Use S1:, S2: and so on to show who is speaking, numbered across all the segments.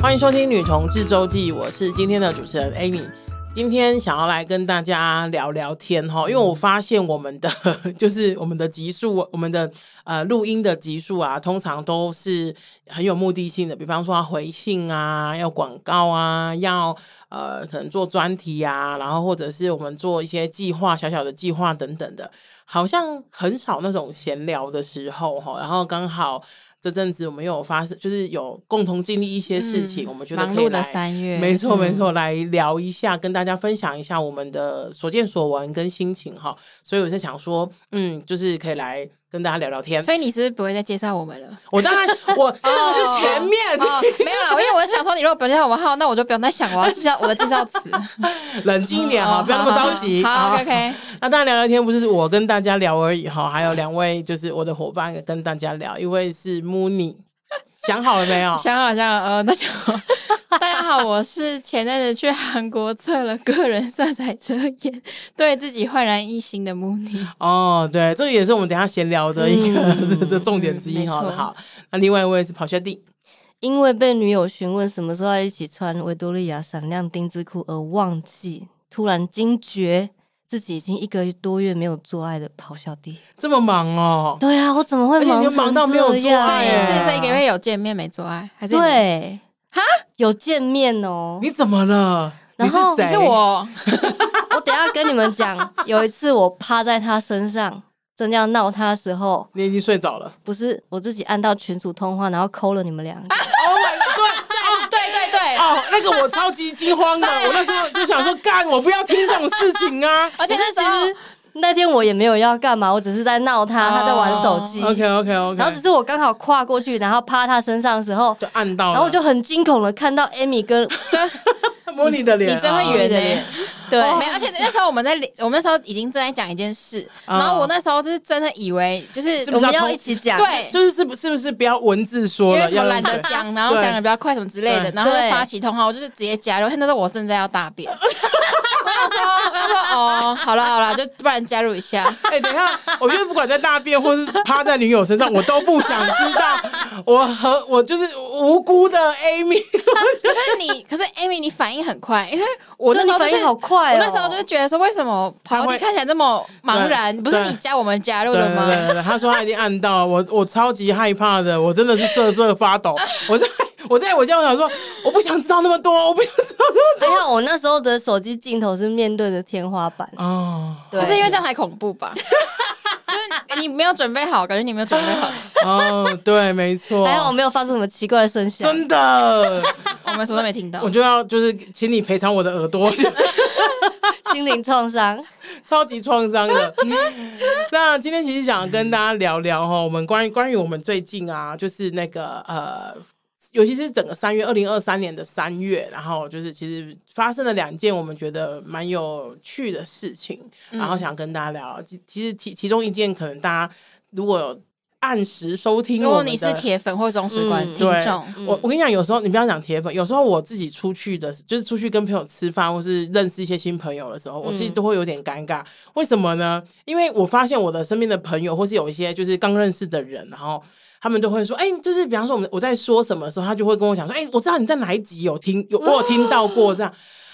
S1: 欢迎收听《女同志周记》，我是今天的主持人 Amy。今天想要来跟大家聊聊天
S2: 嗯
S1: 哈，因为我发现我们的 就是我们的集数，我们的呃录音的集数啊，通常都是很有目的性的，比方说要回信啊，要广告啊，要呃可能做专题啊，然后或者是我们做一些计划、小小的计划等等的，好像很少那种闲聊的时候哈。然后刚好这阵子我们又有发生，就是有共同经历一些事情，
S2: 嗯
S1: 我们觉得
S2: 忙
S1: 可以
S2: 碌的
S1: 来
S2: 三月，
S1: 没错，
S2: 嗯
S1: 没。错，来聊一下，跟大家分享一下我们的所见所闻跟心情哈。所以我在想说，嗯，就是可以来跟大家聊聊天。
S2: 所以你是不是不会再介绍我们了？
S1: 我当然， 我那个是前面
S2: 哦，没有啦，因为我想说，你如果不介绍我们号，那我就不用再想我要介绍我的介 绍词。
S1: 冷静一点哈，
S2: 哦
S1: 啊不要那么
S2: 好好
S1: 着急。
S2: 好
S1: 啊
S2: ，OK OK，
S1: 那当然聊聊天不是我跟大家聊而已哈，还有两位就是我的伙伴也跟大家聊，一位是 Mooney，想好了没有？
S2: 想好想好，呃，大家好，大家好，我是前阵子去韩国测了个人色彩测验，对自己焕然一新的 m 尼。
S1: 哦，对，这个也是我们等一下闲聊的一个、
S3: 嗯
S1: 的重点之
S2: 嗯
S1: 一
S2: 没
S1: 哈。
S2: 错
S1: 好，那另外一位是咆哮帝。
S3: 因为被女友询问什么时候要一起穿维多利亚闪亮丁字裤而忘记，突然惊觉自己已经一个多月没有做爱的咆哮帝。
S1: 这么忙哦，
S3: 对啊，我怎么会
S1: 而且你
S3: 忙
S1: 就
S3: 成
S1: 忙到没有做
S3: 这样
S2: 所以
S1: 爱耶
S2: 是这个月有见面没做爱，还是你？
S3: 对哈有见面哦。
S1: 你怎么了？
S3: 然后
S1: 你是
S2: 你
S1: 谁
S2: 是我，
S3: 我等一下跟你们讲，有一次我趴在他身上。正要闹他的时候，
S1: 你已经睡着了。
S3: 不是我自己按到群主通话，然后扣了你们两个。
S1: Oh my god！
S2: 对对对，
S1: 哦，那个我超级惊慌 的，我那时候就想说，干，我不要听这种事情 啊。
S2: 而且
S3: 可
S2: 那
S3: 是其
S2: 时候
S3: 实那天我也没有要干嘛，我只是在闹他，他在玩手机。
S1: 哦 OK OK OK，
S3: 然后只是我刚好跨过去，然后趴他身上的时候，
S1: 就按到了，
S3: 然后我就很惊恐的看到 Amy 跟
S1: 摸你的脸，
S2: 你真会圆
S1: 哦
S2: 的
S3: 脸
S2: 耶。
S3: 对，
S2: 没有，而且那时候我们在聊，我们那时候已经正在讲一件事，
S1: 嗯
S2: 然后我那时候就是真的以为就是
S1: 是不
S3: 我
S1: 是
S3: 们
S1: 要
S3: 要
S1: 通
S3: 一起讲，
S2: 对，
S1: 就是是不是不是不要文字说
S2: 因
S1: 了，
S2: 为
S1: 要用
S2: 我懒得
S1: 嘴
S2: 讲，然后讲的比较快什么之类的，
S1: 对
S2: 然后就
S3: 对
S2: 发起通话，我就是直接加入，看到说我正在要大便， 我想说，我想说，哦，好了好了，就不然加入一下，
S1: 哎，等一下，我觉得不管在大便或是趴在女友身上，我都不想知道。我和我就是无辜的 Amy，
S2: 可是你，可是 Amy 你反应很快，因为我那时候
S3: 对
S2: 就
S3: 你
S2: 是
S3: 反应好快
S2: 我
S3: 哦
S2: 那时候就是觉得说为什么
S1: 他
S2: 跑
S1: 会
S2: 弟看起来这么茫然，
S1: 对
S2: 不是
S1: 对
S2: 你加我们加入
S1: 对
S2: 的
S1: 对
S2: 吗？
S1: 对对，他说他已经按到了我，我超级害怕的，我真的是瑟瑟发抖。我在我在我家，我想说，我不想知道那么多，我不想知道那么
S3: 还好我那时候的手机镜头是面对着天花板，
S1: 多。哦
S3: 对，
S2: 不是因为这样才恐怖吧？ 就是你没有准备好，感觉你没有准备好。
S1: 哦，对，没错，
S3: 还好我没有发出什么奇怪的声响，
S1: 真的，
S2: 我们什么都没听到
S1: 我。就要就是请你赔偿我的耳朵，就
S3: 心灵创伤。
S1: 超级创伤的。 那今天其实想跟大家聊聊哈，我们关于关于我们最近啊，就是那个呃。尤其是整个三月，二零二三年的三月，然后就是其实发生了两件我们觉得蛮有趣的事情，然
S2: 嗯
S1: 后想跟大家聊聊。其其实其其中一件可能大家如果有按时收听
S2: 如
S1: 我
S2: 果
S1: 们的，
S2: 你是铁粉或忠实观
S3: 嗯
S2: 听
S1: 对
S2: 众，
S1: 我我跟你讲，有时候你不要讲铁粉，有时候我自己出去的，就是出去跟朋友吃饭，或是认识一些新朋友的时候，我自己都会有点尴尬。为什么呢？因为我发现我的身边的朋友，或是有一些就是刚认识的人，然后。他们都会说，哎、就是比方说我们我在说什么的时候，他就会跟我讲说，哎、我知道你在哪一集有听，有我有听到过这样。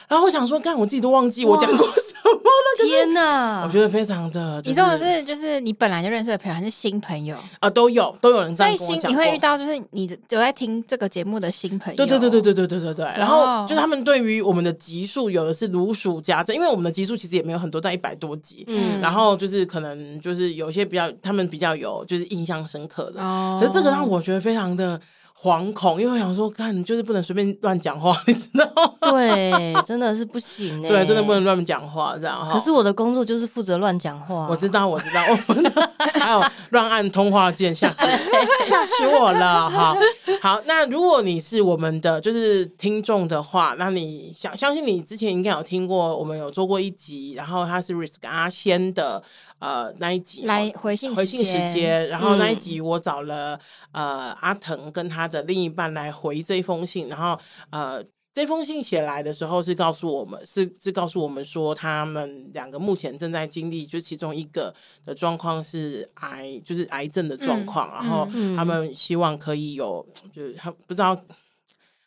S1: 然后我想说，干，我自己都忘记我讲过什么了。可是
S3: 天哪！
S1: 我觉得非常的，就
S2: 你说的是就是你本来就认识的朋友，还是新朋友？
S1: 啊、都有都有人这
S2: 所
S1: 样
S2: 以
S1: 跟我
S2: 新
S1: 讲过。
S2: 你会遇到就是你的有在听这个节目的新朋友。
S1: 对对对对对对对对对。然后
S2: 哇
S1: 就是他们对于我们的集数，有的是如数家珍，因为我们的集数其实也没有很多，在一百多集。
S3: 嗯
S1: 然后就是可能就是有一些比较他们比较有就是印象深刻的，
S2: 哦
S1: 可是这个让我觉得非常的惶恐，因为我想说，看就是不能随便乱讲话，你知道吗？
S3: 对，真的是不行哎、
S1: 对，真的不能。乱讲话这样哈。
S3: 可是我的工作就是负责乱讲话，
S1: 我知道，我知道，我们的还有乱按通话键，吓死我吓死我了哈。好，那如果你是我们的就是听众的话，那你想相信你之前应该有听过，我们有做过一集，然后它是 Risk 阿仙的呃那一集
S2: 来回信
S1: 回信时
S2: 间，
S1: 间，然后那一
S3: 嗯
S1: 集我找了、呃阿腾跟他的另一半来回这一封信，然后呃这封信写来的时候是告诉我们是是告诉我们说他们两个目前正在经历，就其中一个的状况是癌，就是癌症的状况，然后
S3: 嗯
S1: 他们希望可以有就是他不知道。不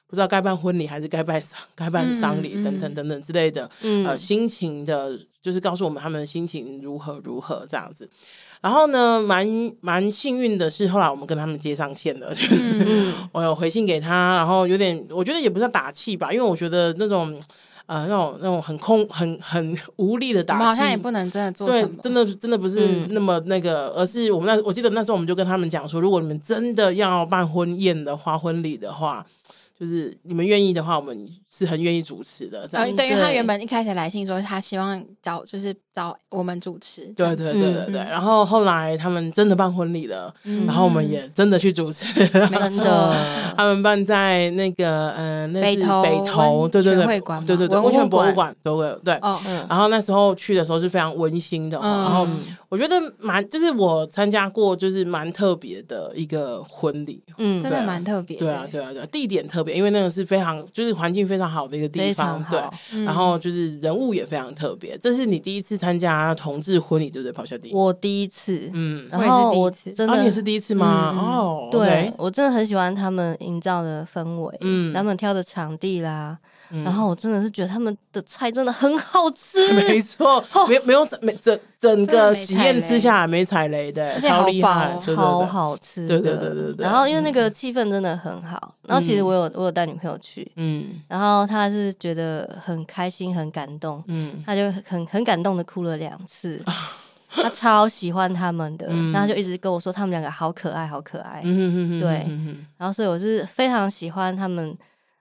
S1: 不知道该办婚礼还是该办丧该办丧礼
S2: 嗯
S1: 等等
S2: 嗯
S1: 等等之类的，呃
S3: 嗯，
S1: 心情的，就是告诉我们他们的心情如何如何这样子。然后呢，蛮蛮幸运的是，后来我们跟他们接上线了，就是
S3: 嗯
S1: 我有回信给他，然后有点，我觉得也不是打气吧，因为我觉得那种。呃，那种那种很空、很很无力的
S2: 我
S1: 打气，
S2: 们好像也不能真的做
S1: 对
S2: 什么，，
S1: 真的真的不是
S3: 嗯
S1: 那么那个，而是我们那我记得那时候我们就跟他们讲说，如果你们真的要办婚宴的话，婚礼的话，就是你们愿意的话，我们是很愿意主持的。这样，
S2: 然后
S3: 嗯
S2: 哦对，因为他
S3: 对
S2: 原本一开始来信说他希望找就是找我们主持，这
S1: 对
S2: 样子嗯
S1: 对对对对。然后后来他们真的办婚礼了，
S3: 嗯
S1: 然后我们也真的去主持。
S2: 没
S3: 真
S2: 错
S3: 的，
S1: 他们办在那个呃，那是
S2: 北投
S1: 北投，
S2: 温
S1: 对对
S2: 泉
S1: 对，
S2: 会馆吗
S1: 对对对，
S2: 文
S1: 温泉
S2: 物
S1: 博物
S2: 馆
S1: 馆，对对对。
S2: 哦，
S3: 嗯
S1: 然后那时候去的时候是非常温馨的哦，然后
S3: 嗯
S1: 我觉得蛮，就是我参加过，就是蛮特别的一个婚礼。
S2: 真
S3: 嗯，
S1: 对
S2: 的
S1: 啊
S2: 蛮特别的，
S1: 对啊，对啊，对啊，地点特别，因为那个是非常就是环境非常好的一个地
S3: 非常
S1: 方，对。
S3: 好。
S2: 嗯
S1: 然后就是人物也非常特别，这是你第一次参加同志婚礼，对不对，咆哮弟？
S3: 我第一次，
S1: 嗯，
S3: 然后
S2: 我也是
S3: 我
S2: 第一次
S3: 真
S1: 啊，
S3: 的
S1: 你也是第一次吗？
S2: 嗯嗯
S1: 哦，
S3: 对
S1: OK，
S3: 我真的很喜欢他们营造的氛围，
S1: 嗯
S3: 他们挑的场地啦，
S1: 嗯
S3: 然后我真的是觉得他们的菜真的很好 吃，
S1: 没错，
S3: 哦
S1: 没没有整没整整
S2: 真的
S1: 个
S2: 没
S1: 喜
S2: 踩
S1: 宴
S2: 雷
S1: 吃下来没踩雷的，
S3: 而且
S1: 超
S3: 好
S1: 厉
S3: 饱
S1: 害，
S3: 哦
S1: 对对
S3: 好
S1: 对，
S3: 好吃
S1: 对
S3: 的，
S1: 对对对对
S3: 然后因为那个气氛真的很好，然后其实
S1: 嗯
S3: 我有我有带女朋友去，
S1: 嗯
S3: 然后她是觉得很开心很感动，
S1: 嗯
S3: 她就很很感动的哭了两次。 她超喜欢他们的，
S1: 嗯
S3: 然后就一直跟我说他们两个好可爱，好可爱。
S1: 嗯哼哼哼
S3: 对
S1: 哼哼哼
S3: 然后所以我是非常喜欢他们，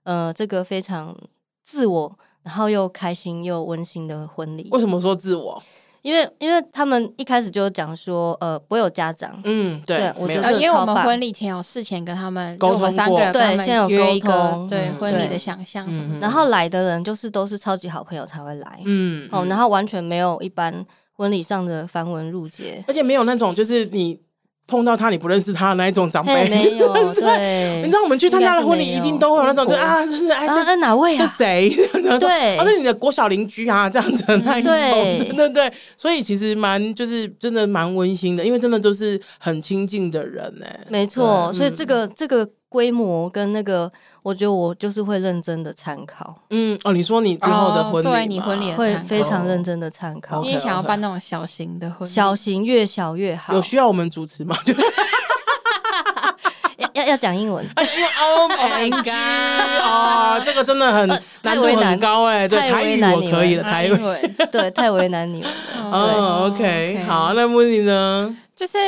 S3: 呃，这个非常自我，然后又开心又温馨的婚礼
S1: 为。什么说自我？
S3: 因为因为他们一开始就讲说，呃，不会有家长，
S1: 嗯，对
S3: 对，我
S1: 没
S3: 觉
S1: 有
S3: 得
S2: 呃，因为我
S3: 超
S2: 们
S3: 棒
S2: 婚礼前有事前跟他们，
S1: 沟
S2: 就我们
S1: 通
S2: 三
S1: 过
S2: 个人跟
S3: 对
S2: 他
S3: 先有
S2: 们约一
S3: 沟
S2: 个
S3: 通
S2: 对
S1: 嗯
S2: 婚礼
S3: 对
S2: 的想象什么
S1: 嗯
S2: 的。
S3: 然后来的人就是都是超级好朋友才会来，
S1: 嗯
S3: 哦，
S1: 嗯
S3: 然后完全没有一般婚礼上的繁文缛节，
S1: 而且没有那种就是你碰到他你不认识他的那一种长
S3: 嘿，
S1: 辈，
S3: 没有，对
S1: 你知，道我们去参加的婚礼
S3: 应该
S1: 一
S3: 是没有
S1: 定都会有那种就
S3: 英国
S1: 啊， 就是哎，
S3: 啊，
S1: 这
S3: 那哪位
S1: 这
S3: 啊？
S1: 谁？然后说
S3: 对
S1: 啊，是你的国小邻居啊，这样子的那
S2: 嗯
S1: 一种，
S3: 对
S1: 对对对，所以其实蛮就是真的蛮温馨的，因为真的都是很亲近的人哎、
S3: 没错，
S1: 对
S3: 所以这
S1: 嗯
S3: 个这个规模跟那个，我觉得我就是会认真的参考，
S1: 嗯哦，你说你之后的
S2: 哦
S1: 婚礼嘛，
S2: 作为你婚礼的
S3: 会
S2: 参考
S3: 非常认真的参考
S2: 你。
S1: OK
S2: 也想要办那种小型的婚礼，
S3: 小型越小越好
S1: 有，需要我们主持吗？ 就
S3: 要要要讲英文，
S1: Oh my
S2: God
S1: 啊，这个真的很
S2: 呃
S1: 难度
S3: 为
S1: 很
S3: 难
S1: 高哎、对，
S3: 太
S1: 台
S3: 为
S1: 语
S3: 难
S1: 我
S3: 你
S1: 可以了，
S3: 们
S1: 台
S2: 英
S1: 语。
S2: 文。
S3: 对，太为难 你们了。
S1: 哦，OK，好，那 m 你呢？
S2: 嗯就是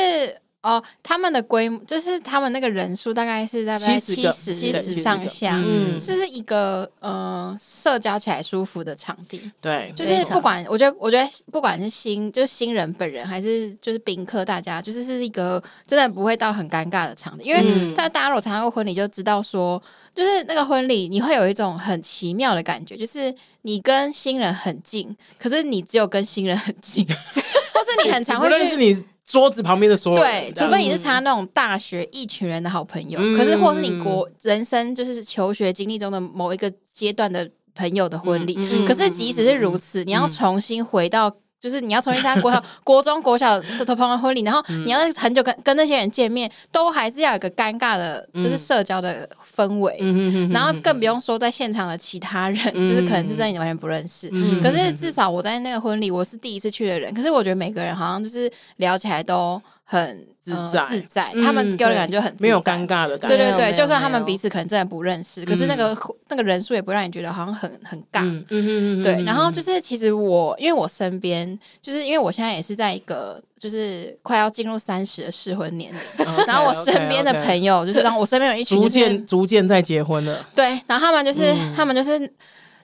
S2: 哦，他们的规模就是他们那个人数大概是在
S1: 70
S2: 七
S1: 个
S2: 十
S1: 对70个
S2: 上下，
S1: 嗯
S2: 就是一个呃社交起来舒服的场地。
S1: 对，
S2: 就是
S3: 非常
S2: 不管，我觉得，我觉得不管是新，就是新人本人，还是就是宾客，大家就是是一个真的不会到很尴尬的场地，因为
S1: 嗯
S2: 但大家如果参加过婚礼，就知道说，就是那个婚礼，你会有一种很奇妙的感觉，就是你跟新人很近，可是你只有跟新人很 近，或是你很常
S1: 你不
S2: 会
S1: 认识
S2: 去。
S1: 你桌子旁边的所有
S2: 对
S1: 人，，这
S2: 除
S1: 样
S2: 非你是参加那种大学一群人的好朋友，
S1: 嗯
S2: 可是或是你国人生就是求学经历中的某一个阶段的朋友的婚礼，
S1: 嗯
S2: 可是即使是如此，你要重新回到。就是你要重新参加国小、国中、国小的同朋友婚礼，然后
S1: 嗯
S2: 你要很久跟跟那些人见面，都还是要有一个尴尬的，就是社交的氛围。
S1: 嗯
S2: 然后更不用说在现场的其他人，
S1: 嗯
S2: 就是可能是真的你完全不认识。
S1: 嗯
S2: 可是至少我在那个婚礼，我是第一次去的人，可是我觉得每个人好像就是聊起来都很呃
S1: 自在
S2: 自在，
S1: 嗯
S2: 他们给我的感觉就很自在
S1: 没有尴。尬的感觉，
S2: 对对
S3: 没有
S2: 对，
S3: 没
S2: 就
S3: 有
S2: 算他们
S3: 没有
S2: 彼此可能真的不认识，可是那个那个人数也不让你觉得好像很很尬。
S1: 嗯嗯
S2: 对，然后就是其实我，因为我身边，就是因为我现在也是在一个就是快要进入三十的适婚年龄， 然后我身边的朋友就是，然后我身边有一群
S1: 哦逐
S2: 就是
S1: 渐逐渐在结婚了，
S2: 对，然后他们就是、他们就是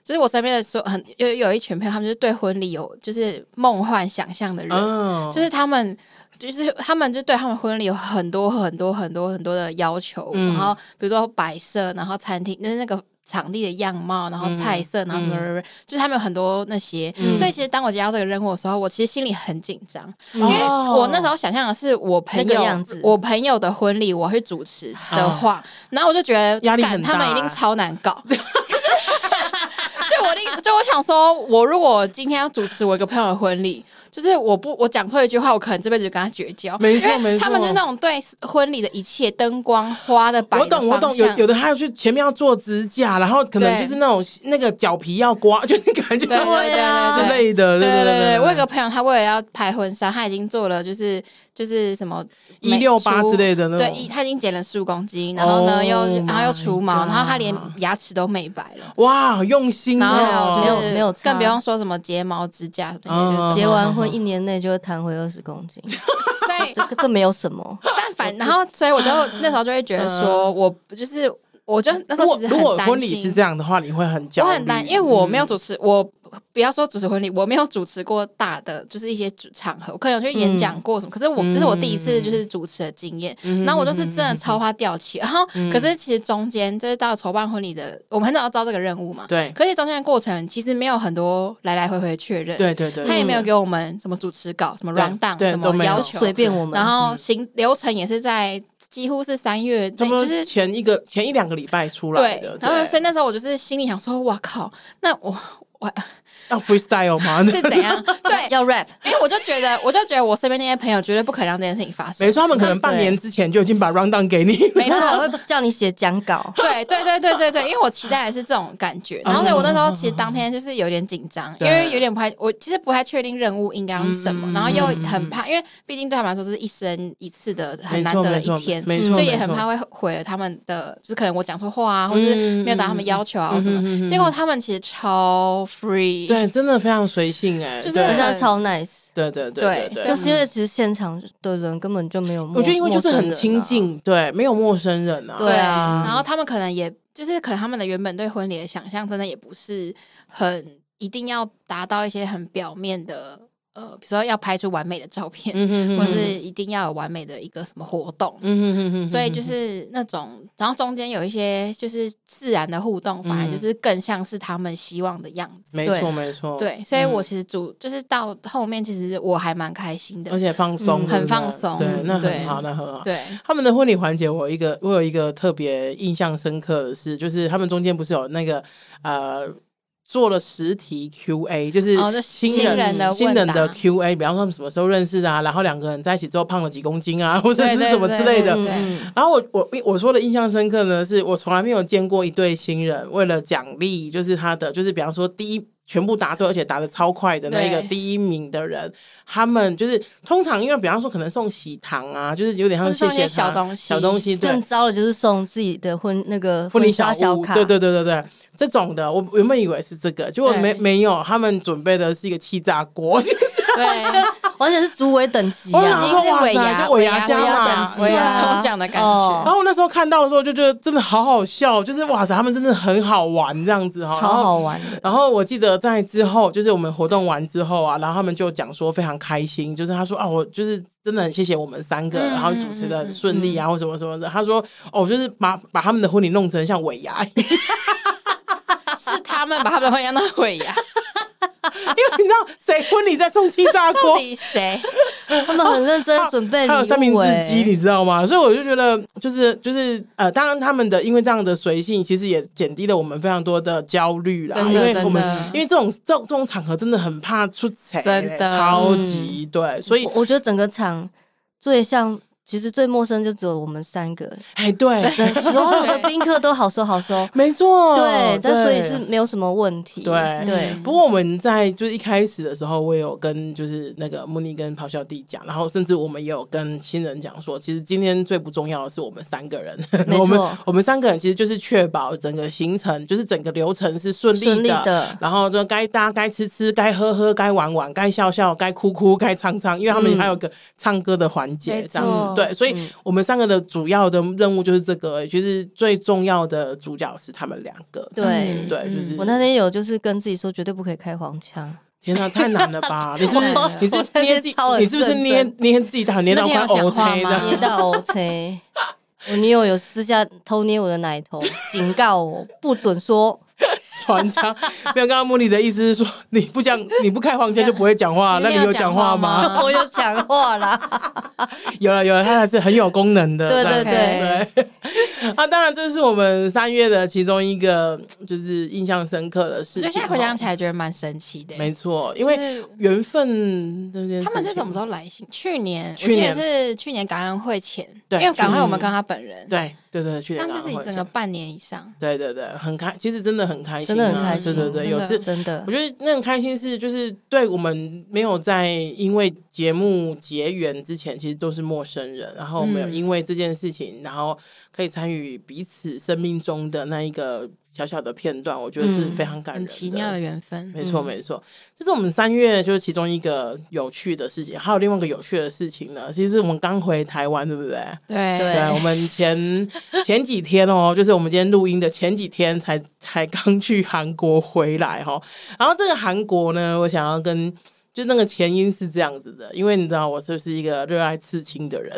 S2: 就是我身边的所有很有有一群朋友，他们就是对婚礼有就是梦幻想象的人，
S1: 嗯，
S2: 就是他们。就是他们就对他们婚礼有很多很多很多很多的要求，
S1: 嗯
S2: 然后比如说摆设，然后餐厅就是那个场地的样貌，然后菜色，然后什么什么什么，就是他们有很多那些。
S1: 嗯哦
S2: 所以其实当我接到这个任务的时候，我其实心里很紧张，
S1: 因
S2: 因为我那时候想象的是我朋
S3: 那
S2: 友
S3: 个样子
S2: 我朋友的婚礼我去主持的话，然后我就觉得
S1: 啊压力
S2: 干
S1: 很大
S2: 他们一定超难搞。 就是就我一定就我想说，我如果今天要主持我一个朋友的婚礼，就是我不我讲错一句话，我可能这辈子就跟他绝交。
S1: 没错
S2: 因为
S1: 没错
S2: 他们就是那种对婚礼的一切灯光、花的摆的
S1: 我懂，我懂，
S2: 方
S1: 有
S2: 向
S1: 有的还要去前面要做指甲，然后可能
S2: 对
S1: 就是那种那个脚皮要刮，就是感觉
S2: 对对对
S3: 啊
S2: 对
S1: 之
S2: 对
S1: 类的，
S2: 对
S1: 对
S2: 对对，我有个
S1: 个
S2: 朋友，他为了要拍婚纱，他已经做了就是就是什么
S1: 一六八之类的那
S2: 对，
S1: 种
S2: 一，他已经减了十五公斤，然后呢、
S1: Oh
S2: 又然后又
S1: my
S2: 除毛，然后他
S1: God
S2: 连牙齿都美白了，
S1: 哇，好用心
S2: 然
S1: 哦，
S2: 后还有就是
S3: 嗯没有没有差
S2: 更不用说什么睫毛、指甲什么的。
S1: 嗯
S3: 结完婚一年内就会弹回二十公 斤，
S2: 就所以
S3: 这个这没有什么。
S2: 但凡然后所以我就那时候就会觉得说，我就是我就那时
S1: 如
S2: 候
S1: 果
S2: 其实
S1: 嗯如果
S2: 很担
S1: 婚礼是
S2: 心
S1: 这。样嗯的话，你会很焦
S2: 我
S1: 虑，
S2: 很担，因为我没有主持，我不要说主持婚礼，我没有主持过大的，就是一些主场合，我可能有去演讲过
S1: 嗯
S2: 什么，可是我这是我第一次就是主持的经验，然后我就是真的超花吊起，然后
S1: 嗯
S2: 可是其实中间就是到筹办婚礼的，我们很早就知道这个任务嘛，
S1: 对
S2: 可是中间的过程其实没有很多来来回回确认，
S1: 对对对，
S2: 他也没有给我们什么主持稿、什么
S1: 对
S2: round down、
S1: 对
S2: 什
S1: 都
S2: 么
S1: 没有
S2: 要
S3: 就
S2: 求，
S3: 随便我们，
S2: 然后行流程也是在几乎是三月，
S1: 嗯差不
S2: 就
S1: 多
S2: 是
S1: 前一个前一两个礼拜出来
S2: 对
S1: 的，，
S2: 然后所
S1: 对
S2: 以，那时候我就是心里想说，哇靠，那我 我
S1: 要 freestyle 吗？
S2: 是怎 样？对，
S3: 要 rap，
S2: 因为我就觉得，我就觉得我身边那些朋友绝对不可能让这件事情发生
S1: 没。错，他们可能半年之前就已经把 round down 给你了，
S2: 没错。
S3: 他还会叫你写讲稿
S2: 对对对对对对，因为我期待的是这种感觉，然后对我那时候其实当天就是有点紧张，因
S1: 对
S2: 为有点不太，我其实不太确定任务应该是什么，
S1: 嗯
S2: 然后又很怕，因为毕竟对他们来说这是一生一次的很
S1: 没
S2: 难
S1: 错
S2: 得的
S1: 没
S2: 一
S1: 错
S2: 天，
S1: 没
S2: 所
S1: 错，
S2: 以也
S1: 没
S2: 很
S1: 错
S2: 怕会毁了他们的，就是可能我讲错话啊，或者是没有达他们要求啊，或什么。
S1: 嗯嗯嗯嗯嗯
S2: 结果他们其实超 free，
S1: 对，真的非常随性哎，
S2: 就是
S1: 对
S3: 而且他
S2: 嗯
S3: 超 nice，
S1: 对对
S2: 对
S1: 对对
S3: 就
S1: 对。
S3: 是因为其实现场的人根本就没有陌，
S1: 我觉得因为就是很
S3: 陌生人啊
S1: 亲，近，对，没有陌生人啊。
S3: 对啊
S2: 然后他们可能也就是可能他们的原本对婚礼的想象，真的也不是很一定要达到一些很表面的，呃，比如说要拍出完美的照片，
S1: 嗯哼哼
S2: 或是一定要有完美的一个什么活动。
S1: 嗯哼哼哼，
S2: 所以就是那种，然后中间有一些就是自然的互动，反而
S1: 嗯
S2: 就是更像是他们希望的样子。
S1: 没错没错，，
S2: 对，所以我其实主、就是到后面，其实我还蛮开心
S1: 而
S2: 的。
S1: 且放松，
S3: 嗯
S1: 对不
S2: 很
S1: 对
S2: 放松
S1: 对，那
S2: 对
S1: 很好，那很好。
S2: 对，
S1: 他们的婚礼环节，我有一个我有一个特别印象深刻的是，就是他们中间不是有那个呃做了十题 Q&A，就是
S2: 哦就
S1: 新
S2: 新
S1: 人、
S2: 人的
S1: 新人的
S2: 问答
S1: Q&A，比方说他们什么时候认识的啊，然后两个人在一起之后胖了几公斤啊，或者
S2: 对
S1: 是
S2: 对
S1: 什么
S2: 对
S1: 之类的。
S2: 对
S3: 嗯，
S1: 然后我我我说的印象深刻呢，是我从来没有见过一对新人为了奖励，就是他的就是比方说第一全部答对，而且答的超快的那个
S2: 对
S1: 第一名的人，他们就是通常因为比方说可能送喜糖啊，就是有点像
S2: 或
S1: 是
S2: 是送
S1: 谢
S2: 一些
S1: 谢他
S2: 小东西
S1: 小东西对
S3: 更。糟的就是送自己的婚那个
S1: 婚礼
S3: 纱
S1: 小
S3: 小
S1: 屋，
S3: 卡，
S1: 对对对对对，这种的，我原本以为是这个，结果没
S2: 对
S1: 没有，他们准备的是一个气炸锅，
S2: 对，
S3: 完全是主委等级
S1: 我
S2: 已
S1: 想
S3: 啊
S2: 经！
S1: 说
S2: 是
S1: 哇
S2: 尾牙
S1: 塞，啊就尾牙
S2: 尾
S1: 加
S2: 牙
S1: 嘛
S2: 奖
S1: 尾
S2: 尾
S1: 牙
S2: 牙抽奖的感觉。
S3: 哦
S1: 然后我那时候看到的时候，就觉得真的好好笑，就是哇塞，他们真的很好玩这样子哈，
S3: 超好玩 的，
S1: 然后我记得在之后，就是我们活动完之后啊，然后他们就讲说非常开心，就是他说啊，我就是真的很谢谢我们三个，
S2: 嗯
S1: 然后主持的很顺利啊，或什么什么的。他说哦，就是把把他们的婚礼弄成像尾牙，因为
S2: 是他们把他们的婚礼让他毁呀？
S1: 你知道谁婚礼在送气炸
S2: 到
S1: 锅？
S2: 底谁？
S3: 他们很认真地准备礼
S1: 还有三明
S3: 物
S1: 治机，
S2: 欸
S3: 哎，
S1: 你知道吗？所以我就觉得，就是就是呃，当然他们的因为这样的随性，其实也减低了我们非常多的焦虑啦。
S2: 真
S1: 因
S2: 的
S1: 为我们
S2: 真的
S1: 因为这种这种这种场合真的很怕出彩、
S2: 真的嗯
S1: 超级、对，所以
S3: 我我觉得整个场最像，其实最陌生就只有我们 三个，
S1: 哎 对，
S3: 所有的宾客都好收
S1: ，
S3: 好收
S1: 没错，
S3: 对，但所以是没有什么问题，
S1: 哦对嗯
S3: 对，
S1: 不过我们在就是一开始的时候，我也有跟就是那个穆尼跟咆哮帝讲，然后甚至我们也有跟新人讲说，其实今天最不重要的是我们三个人，
S3: 没错
S1: 我们 我们三个人其实就是确保整个行程就是整个流程是顺利的，
S3: 顺利的
S1: 然后就该大家该吃吃，该喝喝，该玩玩，该笑笑，该哭哭，该唱唱，因为他们
S3: 嗯
S1: 还有个唱歌的环
S2: 没
S1: 节，
S2: 错
S1: 这样子对，所以我们三个的主要的任务就是这个而已，就是最重要的主角是他们两个，这样子
S3: 对
S1: 对，就是
S3: 我那天有就是跟自己说，绝对不可以开黄腔，
S1: 天哪，太难了吧！你是不是
S2: 我
S1: 你是
S3: 我
S1: 不是捏自己
S3: 我那天超，
S1: 你是不是捏
S3: 认
S1: 捏自己打捏到快
S2: 那天有
S1: O
S2: 讲话
S1: K
S2: 吗
S1: 的？
S3: 捏 到 OK。我女友有私下偷捏我的奶头，警告我不准说。
S1: 穿插。没有，刚刚茉莉的意思是说，你不讲你不开黄腔就不会讲话，那你有讲话吗？
S2: 吗
S3: 我有讲话啦，
S1: 有了有了，它还是很有功能的。
S3: 对对
S1: 这样
S3: 对
S1: 对。啊，当然这是我们三月的其中一个就是印象深刻的事
S2: 就
S1: 情。哦
S2: 现在回想起来觉得蛮神奇的。
S1: 没错，因为
S2: 是
S1: 缘分这件事情，
S2: 他们是什么时候来信？去年，
S1: 去年
S2: 我记得是去年感恩会前，
S1: 对
S2: 因为感恩会
S1: 嗯
S2: 我们跟他本人，，
S1: 对对对，去
S2: 那
S1: 年
S2: 就是
S1: 刚
S2: 你
S1: 好
S2: 整
S1: 会
S2: 个
S1: 讲
S2: 半年以上，
S1: 对对对，很开，其实真的很开心啊，
S3: 真的很开心
S1: 对对对，
S2: 真
S1: 有
S2: 的
S1: 这
S3: 真的
S1: 我。觉得那很开心是，就是对我们没有在因为节目结缘之前，其实都是陌生人，然后我们有
S2: 嗯
S1: 因为这件事情，然后可以参与彼此生命中的那一个小小的片段，我觉得是
S2: 嗯
S1: 非常感人
S2: 很
S1: 的。
S2: 奇妙的缘分。
S1: 没错，
S3: 嗯
S1: 没错，这是我们三月就是其中一个有趣的事情，还有另外一个有趣的事情呢。其实我们刚回台湾，对不对？
S2: 对
S3: 对
S1: 对，我们前前几天哦，就是我们今天录音的前几天才才刚去韩国回来哈、哦。然后这个韩国呢，我想要跟。就那个前因是这样子的，因为你知道我就是一个热爱刺青的人，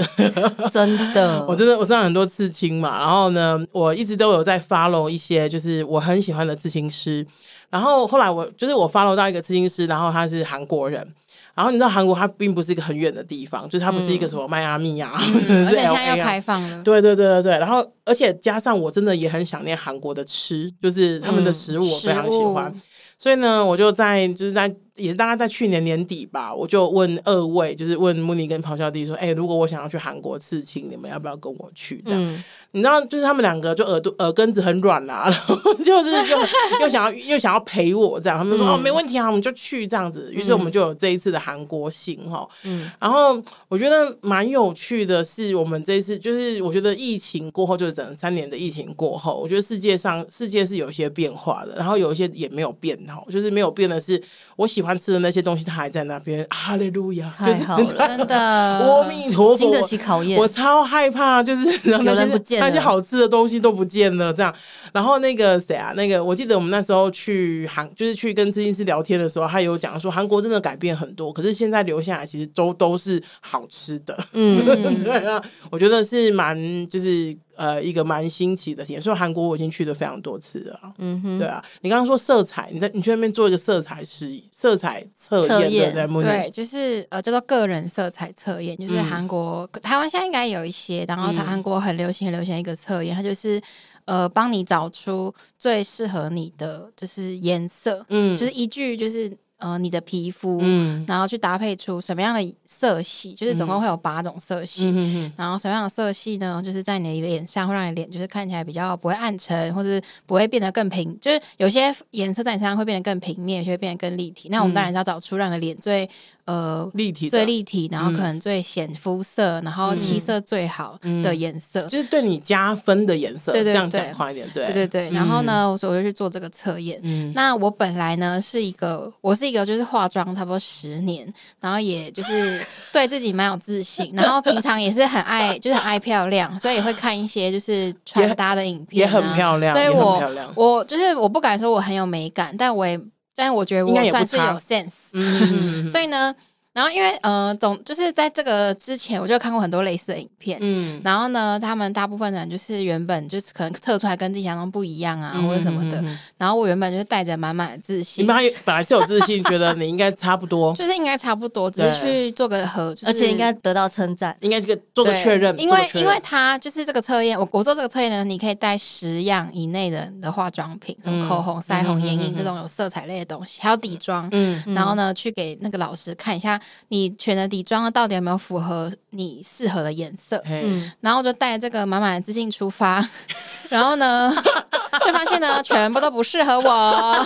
S3: 真的，
S1: 我真的我身上很多刺青嘛，然后呢，我一直都有在 follow 一些就是我很喜欢的刺青师，然后后来我就是我 follow 到一个刺青师，然后他是韩国人。然后你知道韩国它并不是一个很远的地方，就是它不是一个什么迈阿密啊， 或者
S2: 嗯而
S1: 是
S2: 且现
S1: L
S2: 在
S1: A
S2: 要
S1: 啊
S2: 开，放了，
S1: 对对对对对，然后而且加上我真的也很想念韩国的吃，就是他们的
S3: 嗯
S1: 食物我非常
S2: 食
S1: 喜
S2: 物
S1: 欢，所以呢，我就在就是在也是大概在去年年底吧，我就问二位，就是问穆尼跟咆哮帝说，哎、如果我想要去韩国刺青，你们要不要跟我去？这样，
S3: 嗯，
S1: 你知道，就是他们两个就耳朵耳根子很软啦、 然后就是 又又想要又想要陪我这样，他们
S3: 嗯
S1: 说、哦没问题啊，我们就去这样子。于是我们就有这一次的韩国行哈，嗯
S3: 嗯，
S1: 然后我觉得蛮有趣的是，我们这一次就是我觉得疫情过后，就是整三年的疫情过后，我觉得世界上世界是有一些变化的，然后有一些也没有变哈，就是没有变的是我喜欢吃的那些东西，它还在那边，啊哈利路亚，
S3: 太好了
S1: 就是
S2: 真 的，
S1: 阿弥陀佛，啊
S3: 经得起考验
S1: 我。超害怕，就是 然后那
S3: 有人
S1: 些
S3: 不见
S1: 那些
S3: 了
S1: 好吃的东西都不见了，这样。然后那个谁啊，那个我记得我们那时候去韩，就是去跟咨询师聊天的时候，他有讲说韩国真的改变很多，可是现在留下来其实都都是好吃的。
S3: 嗯，
S1: 对啊，我觉得是蛮就是呃一个蛮新奇的体验。所以韩国我已经去了非常多次了啊。
S3: 嗯哼，
S1: 对啊，你刚刚说色彩，你在你去那边做一个色彩实色彩测
S3: 测
S1: 验，对
S3: 验
S1: 不对？Mooney？
S2: 对，就是呃，叫做个人色彩测验，就是
S1: 嗯
S2: 韩国、台湾现在应该有一些，然后它
S1: 嗯
S2: 韩国很流行、很流行一个测验，它就是呃，帮你找出最适合你的就是颜色，
S1: 嗯，
S2: 就是依据就是呃你的皮肤，
S1: 嗯
S2: 然后去搭配出什么样的色系，就是总共会有八种色系。
S1: 嗯嗯
S2: 然后什么样的色系呢？就是在你的脸上会让你脸就是看起来比较不会暗沉，或是不会变得更平，就是有些颜色在你身上会变得更平面，有些会变得更立体。那我们当然是要找出让你的脸最呃
S1: 嗯立体的嗯
S2: 最立体，然后可能最显肤色，然后气色最好
S1: 嗯
S2: 的颜色。
S1: 就是对你加分的颜色，
S2: 对对
S1: 这样
S2: 对
S1: 讲快一点，对
S2: 对对对，然后呢，我所以我就去做这个测验。
S1: 嗯，
S2: 那我本来呢是一个，我是一个就是化妆差不多十年，然后也就是 对自己蛮有自信，然后平常也是很爱，就是很爱漂亮，所以也会看一些就是穿搭的影
S1: 也
S2: 片啊、
S1: 很漂亮，
S2: 所以
S1: 也很
S2: 我
S1: 漂亮，
S2: 我就是我不敢说我很有美感，但我也，但我觉得
S1: 应该
S2: 我
S1: 也不
S2: 算是有
S1: 差
S2: sense，
S1: 嗯
S2: 所
S1: 以
S2: 以呢，然后因为呃总就是在这个之前，我就看过很多类似的影片，
S1: 嗯
S2: 然后呢，他们大部分人就是原本就是可能测出来跟自己想象中不一样啊，或者什么的。
S1: 嗯嗯嗯嗯嗯
S2: 然后我原本就是带着满满的自
S1: 你
S2: 信，
S1: 们还有本来是有自信，觉得你应该差不多，
S2: 就是应该差不多，只是去做个合，就是、
S3: 而且应该得到称赞。
S1: 应该这个做个
S2: 对
S1: 确认，
S2: 因
S1: 做个
S2: 为
S1: 确
S2: 因
S1: 认
S2: 为它就是这个测验，我我做这个测验呢，你可以带十样以内的你的化妆品，什
S1: 嗯
S2: 么口红、腮红、眼影这种有色彩类的东西，还有底妆。
S1: 嗯
S2: 然后呢，去给那个老师看一下你选的底妆到底有没有符合你适合的颜色。
S1: 嘿
S3: 嗯，
S2: 然后就带这个满满的自信出发， 然后呢， 就发现呢，全部都不适合我。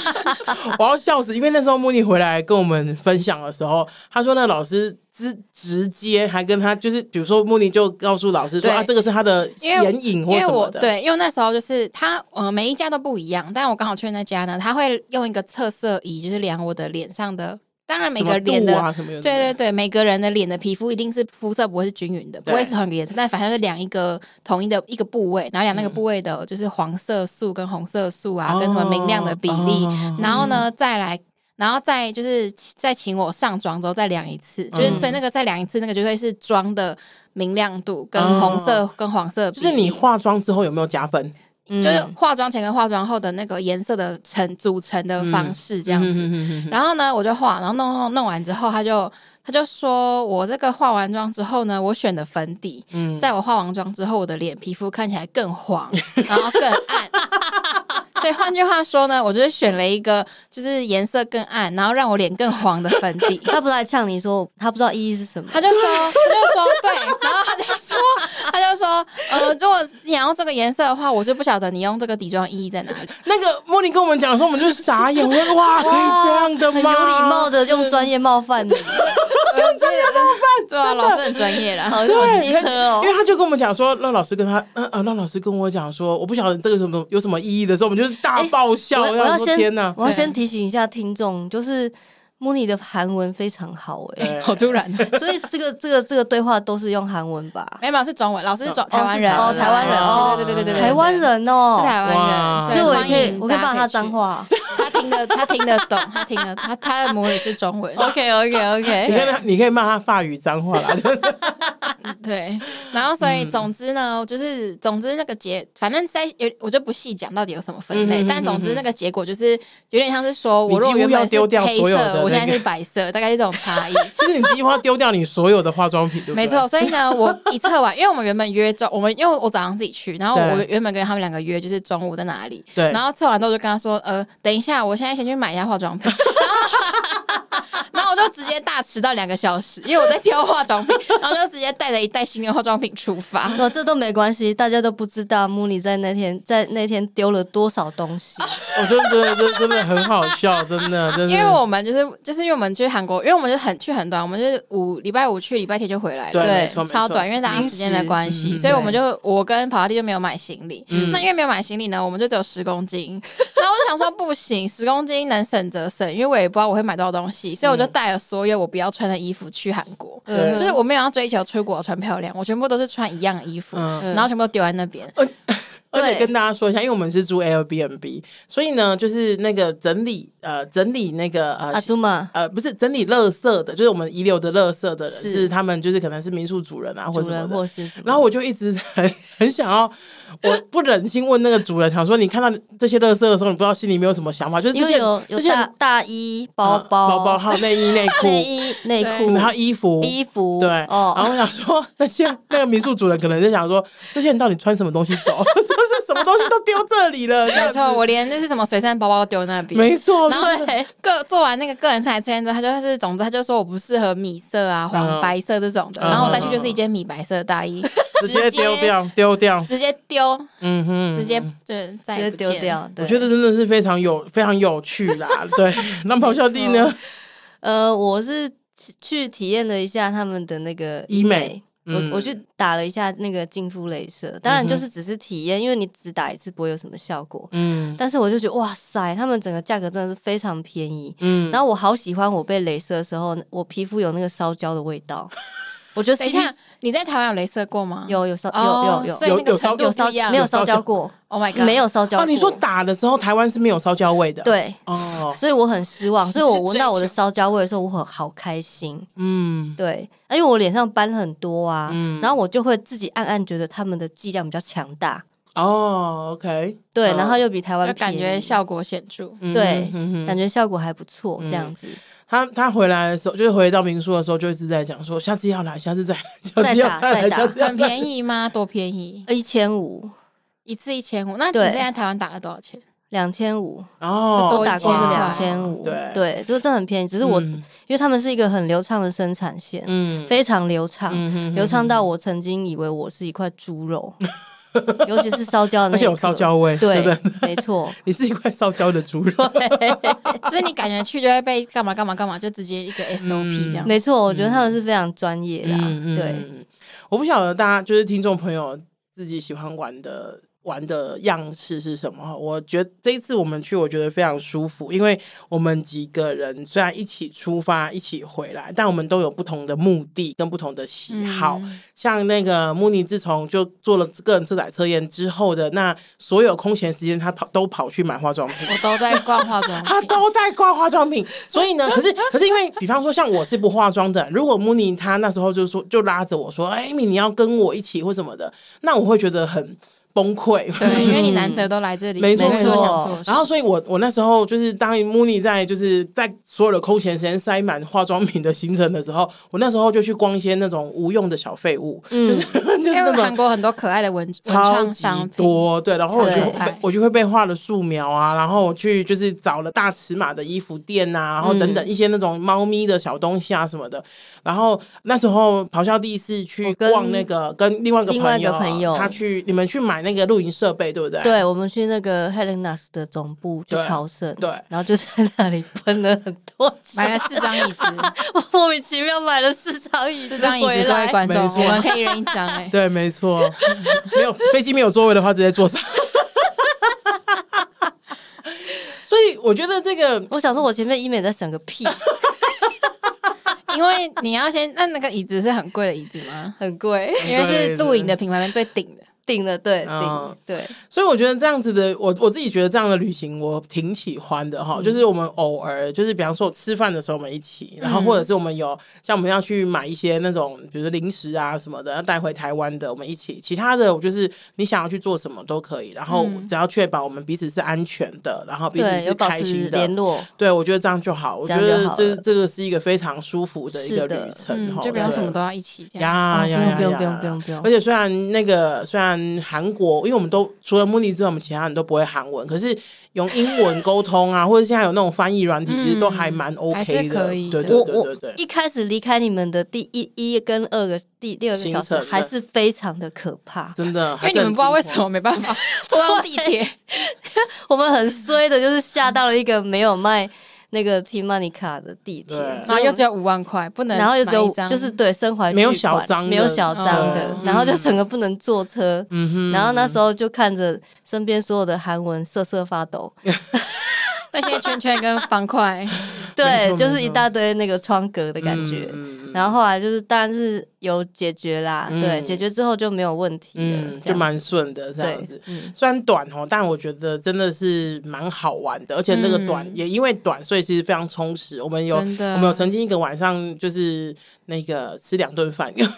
S1: 我要笑死，因为那时候莫妮回来跟我们分享的时候，她说那老师直直接还跟他就是，比如说莫妮就告诉老师说
S2: 对
S1: 啊，这个是他的
S2: 因为
S1: 眼影
S2: 因
S1: 或
S2: 为
S1: 什么
S2: 我
S1: 的，
S2: 对，因为那时候就是他，呃，每一家都不一样，但我刚好去那家呢，他会用一个测色仪，就是量我的脸上的，当然每
S1: 什么
S2: 个脸
S1: 度
S2: 的，
S1: 啊什么有的，
S2: 对对对，每个人的脸的皮肤一定是肤色不会是均匀的，不
S1: 对
S2: 会是同一个颜色，但反正是量一个同一的一个部位，
S1: 嗯
S2: 然后量那个部位的就是黄色素跟红色素啊，跟什么明亮的比例，
S1: 哦哦
S2: 然后呢再来。然后再就是再请我上妆之后再量一次，就是
S1: 嗯
S2: 所以那个再量一次，那个就会是妆的明亮度跟红色跟黄色的比
S1: 哦就
S2: 例，
S1: 是你化妆之后有没有加分？
S3: 嗯
S2: 就是化妆前跟化妆后的那个颜色的成组成的方式这样子。
S1: 嗯哼哼哼哼
S2: 然后呢，我就画，然后弄弄弄完之后，他就他就说我这个化完妆之后呢，我选的粉底，
S1: 嗯
S2: 在我化完妆之后，我的脸皮肤看起来更黄，然后更暗。 所以换句话说呢，我就是选了一个就是颜色更暗，然后让我脸更黄的粉底。
S3: 他不是来呛你说他不知道意义是什么？
S2: 他就说，他就说对，然后他就说，他就说，呃，如果你要用这个颜色的话，我就不晓得你用这个底妆意义在哪里。
S1: 那个莫妮跟我们讲的时候，我们就傻眼，我 说哇，可以这样的
S3: 很
S1: 吗？
S3: 有礼貌的用专业冒 犯你，
S2: 用专业冒犯，对啊，老师很专业啦。
S3: 好
S1: 对，
S3: 好机车哦
S1: 因。为他就跟我们讲说，让老师跟他，嗯呃，让老师跟我讲说，我不晓得这个什么有什么意义的时候，我们就是大爆笑。
S3: 我哎我要
S1: 想说天
S3: 先
S1: 哪，
S3: 我要
S2: 对
S3: 先提醒一下听众，就是穆尼的韩文非常好哎、
S1: 对
S2: 好突然，
S3: 所以这个这个这个对话都是用韩文吧？
S2: 没有没有是中文，老师是中
S3: 哦
S2: 台湾人，
S3: 哦台湾人哦
S2: 对对对对对对，
S3: 台湾人哦
S2: 是，台湾
S1: 哇
S2: 人，
S3: 所以我也可
S2: 欢
S3: 以
S2: 迎
S3: 我可以
S2: 大
S3: 骂
S2: 家
S3: 他
S2: 去
S3: 脏，话。
S2: 他听得他听得懂，他听得他他的母语是中文，
S3: OK OK
S1: 你
S3: OK，
S1: 看他，你可以骂他法语脏话啦，
S2: 对，然后所以总之呢，就是总之那个结，反正在有我就不细讲到底有什么分类，
S1: 嗯哼
S2: 但总之那个结果就是有点像是说
S1: 你
S2: 我如
S1: 几
S2: 果
S1: 乎
S2: 原
S1: 要
S2: 本
S1: 丢
S2: 是
S1: 掉
S2: 黑
S1: 所有的
S2: 色，我现
S1: 那
S2: 在
S1: 个
S2: 是白色，大概是这种差异。
S1: 就是你几乎要丢掉你所有的化妆品，对不对？
S2: 没错，所以呢，我一测完，因为我们原本约中，我们因为我早上自己去，然后
S1: 对
S2: 我原本跟他们两个约就是中午在哪里，
S1: 对
S2: 然后测完之后就跟他说，呃，等一下，我现在先去买一下化妆品， 然后然后我就直接大迟到两个小时，因为我在挑化妆品，然后就直接带着一袋新的化妆品出发。
S3: 哦，这都没关系，大家都不知道穆尼在那天在那天丢了多少东西。
S1: 我真的真的真的真的很好笑，真 的真的。
S2: 因为我们就是就是因为我们去韩国，因为我们就很去很短，我们就是五礼拜五去，礼拜天就回来了，
S1: 对，
S3: 对
S1: 没错，没错
S2: 超短，因为大家时间的关
S1: 嗯
S2: 系，
S1: 嗯
S2: 所以我们就我跟跑大弟就没有买行李。那因为没有买行李呢，我们就只有十 公斤。然后我就想说不行，十公斤能省则省，因为我也不知道我会买多少东西，所以我
S1: 嗯
S2: 就带了所有我不要穿的衣服去韩国。
S1: 对
S3: 嗯
S2: 就是我没有要追求出国穿漂亮，我全部都是穿一样的衣服，
S1: 嗯
S2: 然后全部都丢在那边。
S1: 而且
S3: 对
S1: 跟大家说一下，因为我们是住 Airbnb，所以呢，就是那个整理呃整理那个呃
S3: 阿朱玛，
S1: 呃，不是整理垃圾的，就是我们遗留的垃圾的人是
S3: 是
S1: 他们，就是可能是民宿主人啊，或
S3: 主
S1: 什么
S3: 人
S1: 的。
S3: 或是
S1: 然后我就一直很很想要，我不忍心问那个主人， 想说你看到这些垃圾的时候，你不知道心里面有什么想法，就是
S3: 因
S1: 这
S3: 为
S1: 些
S3: 有有
S1: 这些
S3: 大大衣、包
S1: 呃
S3: 包、
S1: 包包还有内衣内
S3: 内
S1: 裤，
S3: 衣、内
S2: 对
S3: 裤、
S1: 然后衣服
S3: 衣服，
S1: 对，然
S3: 哦，
S1: 后我想说，那些那个民宿主人可能就想说，这些人到底穿什么东西走， 就是什么东西都丢这里了，这样
S2: 没
S1: 子
S2: 错，我连就是什么随身包包都丢那边。
S1: 没错，
S2: 然后个做完那个个人身材测验之后，他就是总之他就说我不适合米色啊、黄白色这种的，
S1: 嗯
S2: 然后我带去就是一件米白色的大衣，
S1: 直接丢，掉丢掉，
S2: 直接丢，
S1: 嗯哼，
S2: 直接就再
S3: 直
S2: 也
S3: 接
S2: 不
S3: 丢
S2: 见。
S3: 掉。对
S1: 我觉得真的是非常有非常有趣 啦。对，那咆哮帝呢？
S3: 呃，我是去去体验了一下他们的那个
S1: 医美嗯
S3: 我我去打了一下那个净肤镭射，当然就是只是体验，因为你只打一次不会有什么效果。
S1: 嗯
S3: 但是我就觉得哇塞，他们整个价格真的是非常便宜。
S1: 嗯，
S3: 然后我好喜欢我被镭射的时候，我皮肤有那个烧焦的味道。我觉得
S2: 等一
S3: CP
S2: 下，你在台湾有镭射过吗？
S3: 有有烧
S2: 哦
S3: 有有有
S2: 所以那个
S1: 有
S2: 程
S1: 有
S2: 度不一样。
S3: 没有
S1: 烧
S3: 烧
S1: 焦
S3: 焦过，
S2: ，Oh my god，
S3: 没有烧焦
S1: 啊，
S3: 过。
S1: 你说打的时候台湾是没有烧焦味的，，
S3: 对，
S1: 哦，
S3: 所以我很失 望，所以我闻到我的
S2: 追求
S3: 烧焦味的时候，我很好开心。
S1: 嗯
S3: 对，因为我脸上斑很多啊，
S1: 嗯
S3: 然后我就会自己暗暗觉得他们的剂量比较强大，
S1: 哦，OK，
S3: 对，
S1: 嗯
S3: 然后又比台湾
S2: 就感
S3: 便
S2: 觉
S3: 宜
S2: 效果显著。
S1: 嗯
S3: 对
S1: 嗯哼
S3: 感觉效果还不错，
S1: 嗯
S3: 这样子
S1: 他他回来的时候，就是回到民宿的时候，就一直在讲说，下次要来，下次再来，下次要
S3: 再打
S1: 来，
S3: 再打
S1: 下次要
S2: 很
S1: 来。
S2: 便宜吗？多便宜，
S3: 一千五、
S2: 一次一千五。那你
S3: 对
S2: 现在台湾打了多少钱？
S3: 两千五，
S1: 哦，
S2: 多
S3: 我打工是
S2: 一千
S3: 两
S2: 块
S3: 千五，
S1: 对，
S3: 对，就这很便宜。只是我因
S1: 嗯
S3: 为他们是一个很流畅的生产线，
S1: 嗯
S3: 非常流畅，
S1: 嗯哼
S3: 流畅到我曾经以为我是一块 猪肉，尤其是烧焦的那一刻，
S1: 而且有烧焦味，
S3: 对
S1: 对，，
S3: 没错。
S1: 你是一块烧焦的猪肉，
S2: 所以你感觉去就会被干嘛干嘛干嘛，就直接一个 SOP 这样。
S3: 没错，我觉得他们是非常专业的、啊，对，
S1: 嗯，我不晓得大家就是听众朋友自己喜欢玩的玩的样式是什么。我觉得这一次我们去，我觉得非常舒服，因为我们几个人虽然一起出发、一起回来，但我们都有不同的目的跟不同的喜好。
S2: 嗯
S1: 像那个穆尼，自从就做了个人色彩测验之后的那所有空闲时间，他跑都跑去买化妆品。
S2: 我都在逛化 妆
S1: 他
S2: 品。
S1: 都在挂化妆品，所以呢，可是 可是因为，比方说像我是不化妆的人，如果穆尼他那时候就说就拉着我说，哎，米你要跟我一起或什么的，那我会觉得很。崩溃。
S2: 对， 因为你难得都来这里，
S1: 没错
S2: 每次都
S3: 没错
S2: 想做事，
S1: 然后，所以我我那时候就是当 Mooney 在就是在所有的空闲时间塞满化妆品的行程的时候，我那时候就去逛一些那种无用的小废物，
S3: 嗯
S1: 就是 就是
S2: 因为
S1: 那
S2: 韩
S1: 种
S2: 国哎很多可爱的文文
S1: 超
S2: 创
S1: 级
S2: 商品，
S1: 多，对，然后我就
S3: 对
S1: 会被
S2: 哎
S1: 我就会被画了素描啊，然后我去就是找了大尺码的衣服店啊，然后等
S3: 嗯
S1: 等一些那种猫咪的小东西啊什么的。然后那时候咆哮帝是去
S3: 我跟
S1: 逛那个跟另外一个
S3: 另外
S1: 朋
S3: 一个
S1: 友啊，
S3: 朋友
S1: 他去你们去买那个露营设备，对不对？
S3: 对，我们去那个 Helenas 的总部去
S1: 对啊
S3: 朝圣，
S1: 对
S3: 然后就在那里喷了很多
S2: 买了
S3: 钱，
S2: 四张椅 子，
S3: 我 莫名其妙买了四张椅
S2: 四
S3: 子
S2: 张椅
S3: 回
S2: 子各位
S3: 来，
S2: 观众
S1: 没，错
S2: 我们可以一人一 张哎。
S1: 对，没错，没有飞机没有座位的话，直接坐上。 所以我觉得这个
S3: 我想说，我前面医美在想个屁，
S2: 因为你要先，那那个椅子是很贵的椅子吗？
S3: 很贵，
S2: 因为是露营的品牌里面最顶的，
S3: 顶了，对，顶、
S1: 嗯
S3: 对，
S1: 所以我觉得这样子的，我我自己觉得这样的旅行我挺喜欢的哈、
S3: 嗯
S1: 就是我们偶尔，就是比方说吃饭的时候我们一起，然后或者是我们有、像我们要去买一些那种，比如说零食啊什么的，要带回台湾的，我们一起。其他的我就是你想要去做什么都可以，然后只要确保我们彼此是安全的，然后彼此
S3: 嗯对，
S1: 是
S3: 有保
S1: 开
S3: 持
S1: 心
S3: 联
S1: 的。
S3: 络，
S1: 对，我觉得这样就好。我
S3: 这
S1: 觉
S3: 样就
S1: 得
S3: 好
S1: 这
S3: 了
S1: 这个是一个非常舒服的一个
S3: 是
S1: 旅
S3: 的
S1: 程
S2: 嗯
S1: 哈、，
S2: 就不用
S1: 对
S2: 什么都要一起这样。
S1: 呀呀
S2: 啊
S3: 哦
S1: 呀！
S3: 不用不用
S1: 呀
S3: 不用不用
S1: 而且虽然那个虽然韩国，因为我们都除了 Mooney 之外，我们其他人都不会韩文，可是用英文沟通啊，或者现在有那种翻译软体，其实都还蛮 OK
S2: 嗯还是
S1: 的。
S2: 可以
S1: 对
S2: 的
S1: 对
S3: 我
S1: 对
S3: 我
S1: 对对。
S3: 一开始离开你们的第一一跟二个第第二个小
S1: 行程
S3: 时
S1: 对
S3: 还是非常的可怕，
S1: 真的，
S2: 因为你们不知道为什么没办法坐上地铁，
S3: 我们很衰的，就是下到了一个没有卖那个 t i m a n i c a 的地铁
S1: 对，
S2: 然后又只
S3: 有。
S2: 有五万块，不能，
S3: 然后又只有
S2: 一张，
S3: 就是对身怀
S1: 没有
S3: 巨款
S1: 小张的嗯
S3: 没有小张的
S2: 哦，
S3: 然后就整个不能坐车，然后那时候就看着身边所有的韩文瑟瑟发抖，
S2: 那些圈圈跟方块，
S1: 没错
S3: 对，
S1: 没
S3: 就是
S1: 错
S3: 一大堆那个窗格的感
S1: 嗯
S3: 觉。然后后来就是，但是有解决啦，
S1: 嗯
S3: 对，解决之后就没有问题了，
S1: 嗯，
S3: 这
S1: 就
S3: 样
S1: 蛮顺的这样
S3: 对
S1: 子。
S3: 嗯
S1: 虽然短哦，但我觉得真的是蛮好玩的，而且那个短、
S2: 嗯
S1: 也因为短，所以其实非常充实。我们有我
S2: 真的
S1: 们有曾经一个晚上就是那个吃两顿饭，因为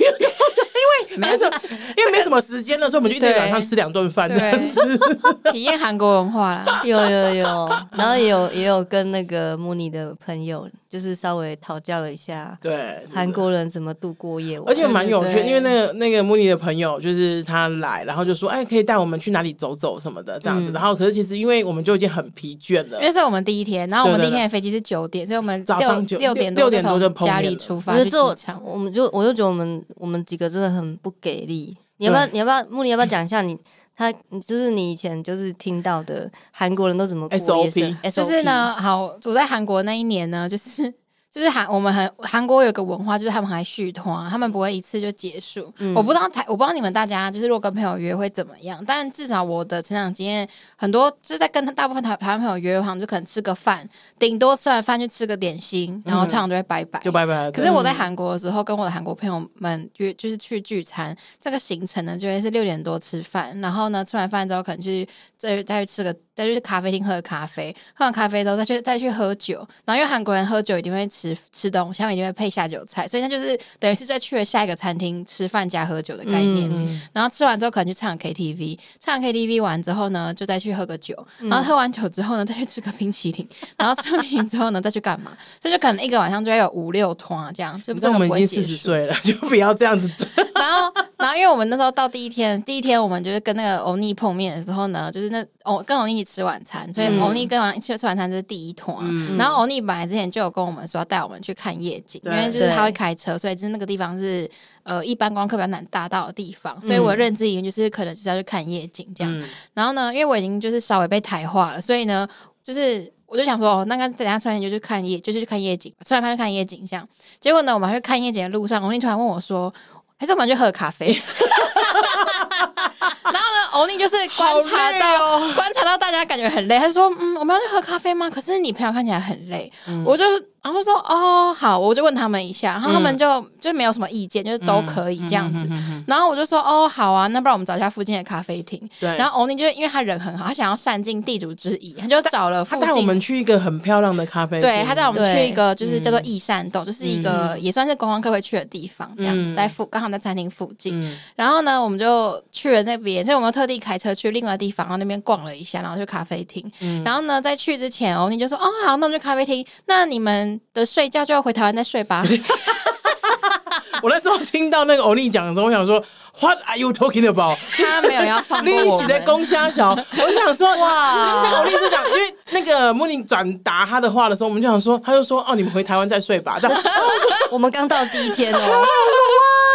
S2: 没有
S1: 因为没什么时间了，所以我们就一天晚上吃两顿饭这 样子。
S2: 对，体验韩国文化啦。
S3: 有有有，然后也有也有跟那个慕尼的朋友，就是稍微讨教了一下
S1: 对，对对
S3: 韩国人怎么度过夜晚，
S1: 而且蛮有趣，
S2: 对对
S1: 因为那个那个穆尼的朋友就是他来，然后就说：“哎，可以带我们去哪里走走什么的这样子。然后可是其实因为我们就已经很疲倦了
S2: 嗯因，为是我们第一天，然后我们
S1: 对
S2: 第
S1: 对
S2: 一天的飞机是九点，所以我们
S1: 早上
S2: 六
S1: 九
S2: 六点多
S1: 六点多就
S2: 从
S1: 碰
S2: 家
S1: 面
S2: 里
S1: 了
S2: 出
S3: 我
S2: 发去
S3: 觉
S2: 机
S3: 得这我
S2: 场。
S3: 我们就我就觉得我们我们几个真的很不给力。你要不要你要不要穆尼要不要讲一下你他你就是你以前就是听到的韩国人都怎么过夜
S1: SOP
S3: 生？SOP
S2: 就是，呢，好，我在韩国那一年呢，就是就是韩我们很韩国有个文化，就是他们还续团，他们不会一次就结束。我不知道台，我不知道你们大家就是如果跟朋友约会怎么样，但至少我的成长经验，很多就是在跟大部分台台湾朋友约会，好像就可能吃个饭，顶多吃完饭去吃个点心，然后通常就会拜拜。
S1: 就拜拜了。
S2: 可是我在韩国的时候，跟我的韩国朋友们约，就是去聚餐，这个行程呢，就会是六点多吃饭，然后呢，吃完饭之后可能去再再去吃个，再去咖啡厅喝个咖啡，喝完咖啡之后再去再去喝酒，然后因为韩国人喝酒一定会吃吃东西，他们一定会配下酒菜，所以他就是等于是再去了下一个餐厅吃饭加喝酒的概念。
S1: 嗯
S2: 然后吃完之后可能去唱 KTV，唱 KTV 完之后呢，就再去喝个酒，
S1: 嗯
S2: 然后喝完酒之后呢，再去吃个冰淇淋，然后吃完冰淇淋之后呢，再去干嘛？所以就可能一个晚上就会有五六团啊，这样就
S1: 你知
S2: 真
S1: 道我
S2: 的
S1: 们
S2: 不
S1: 已
S2: 会
S1: 经
S2: 结
S1: 四十
S2: 束。
S1: 岁了， 就不要这样子。
S2: 然后，然后因为我们那时候到第一天，第一天我们就是跟那个欧尼碰面的时候呢，就是那欧跟欧尼一起吃晚餐，所以欧尼跟完吃吃晚餐这是第一团。然后欧尼本来之前就有跟我们说要带我们去看夜景，因
S1: 对
S2: 为就是他
S3: 对
S2: 会开车，所以就是那个地方是呃一般观光客比较难达到的地方，所以我认知里面就是可能就是要去看夜景这样。
S1: 嗯
S2: 然后呢，因为我已经就是稍微被台化了，所以呢，就是我就想说，哦，那个等一下吃完饭就去看夜，就是去看夜景，吃完饭就看夜景这样。结果呢，我们还去看夜景的路上，欧尼突然问我说：“还是我们去喝咖啡？” 然后呢，欧尼就是观察到、
S1: 好累哦
S2: 观察到大家感觉很累，他就说：“嗯，我们要去喝咖啡吗？”可是你朋友看起来很累，我就然后说哦好，我就问他们一下，然后他们
S1: 嗯
S2: 就、就没有什么意见，就是都可以这样子。
S1: 嗯嗯嗯嗯嗯
S2: 然后我就说哦好啊，那不然我们找一下附近的咖啡厅。
S1: 对，
S2: 然后欧尼就是因为他人很好，他想要善尽地主之谊，他就找了
S1: 他
S2: 附
S1: 带我
S2: 近
S1: 们去一个很漂亮的咖啡厅，
S2: 对，他带我们去
S3: 对
S2: 一个就是叫做
S1: 嗯
S2: 益善洞，就是一个也算是观光客会去的地方，这样子
S1: 嗯
S2: 在附刚好在餐厅附近。
S1: 嗯
S2: 然后呢，我们就去了那边，所以我们特地开车去另外地方，然后那边逛了一下，然后去咖啡厅。
S1: 嗯
S2: 然后呢，在去之前，欧尼就说：“哦，好，那我们去咖啡厅。那你们的睡觉就要回台湾再睡 吧。
S1: 我那时候听到那个欧丽讲的时候，我想说，What are you talking about？”
S2: 他没有要放
S1: 你
S2: 过我
S1: 起的
S2: 们。
S1: 公虾 小，我想说哇，那个欧丽就讲，因为那个莫妮转达他的话的时候，我们就想说，他就说哦，你们回台湾再睡吧，这 样。
S3: 我们刚到第一天 哦，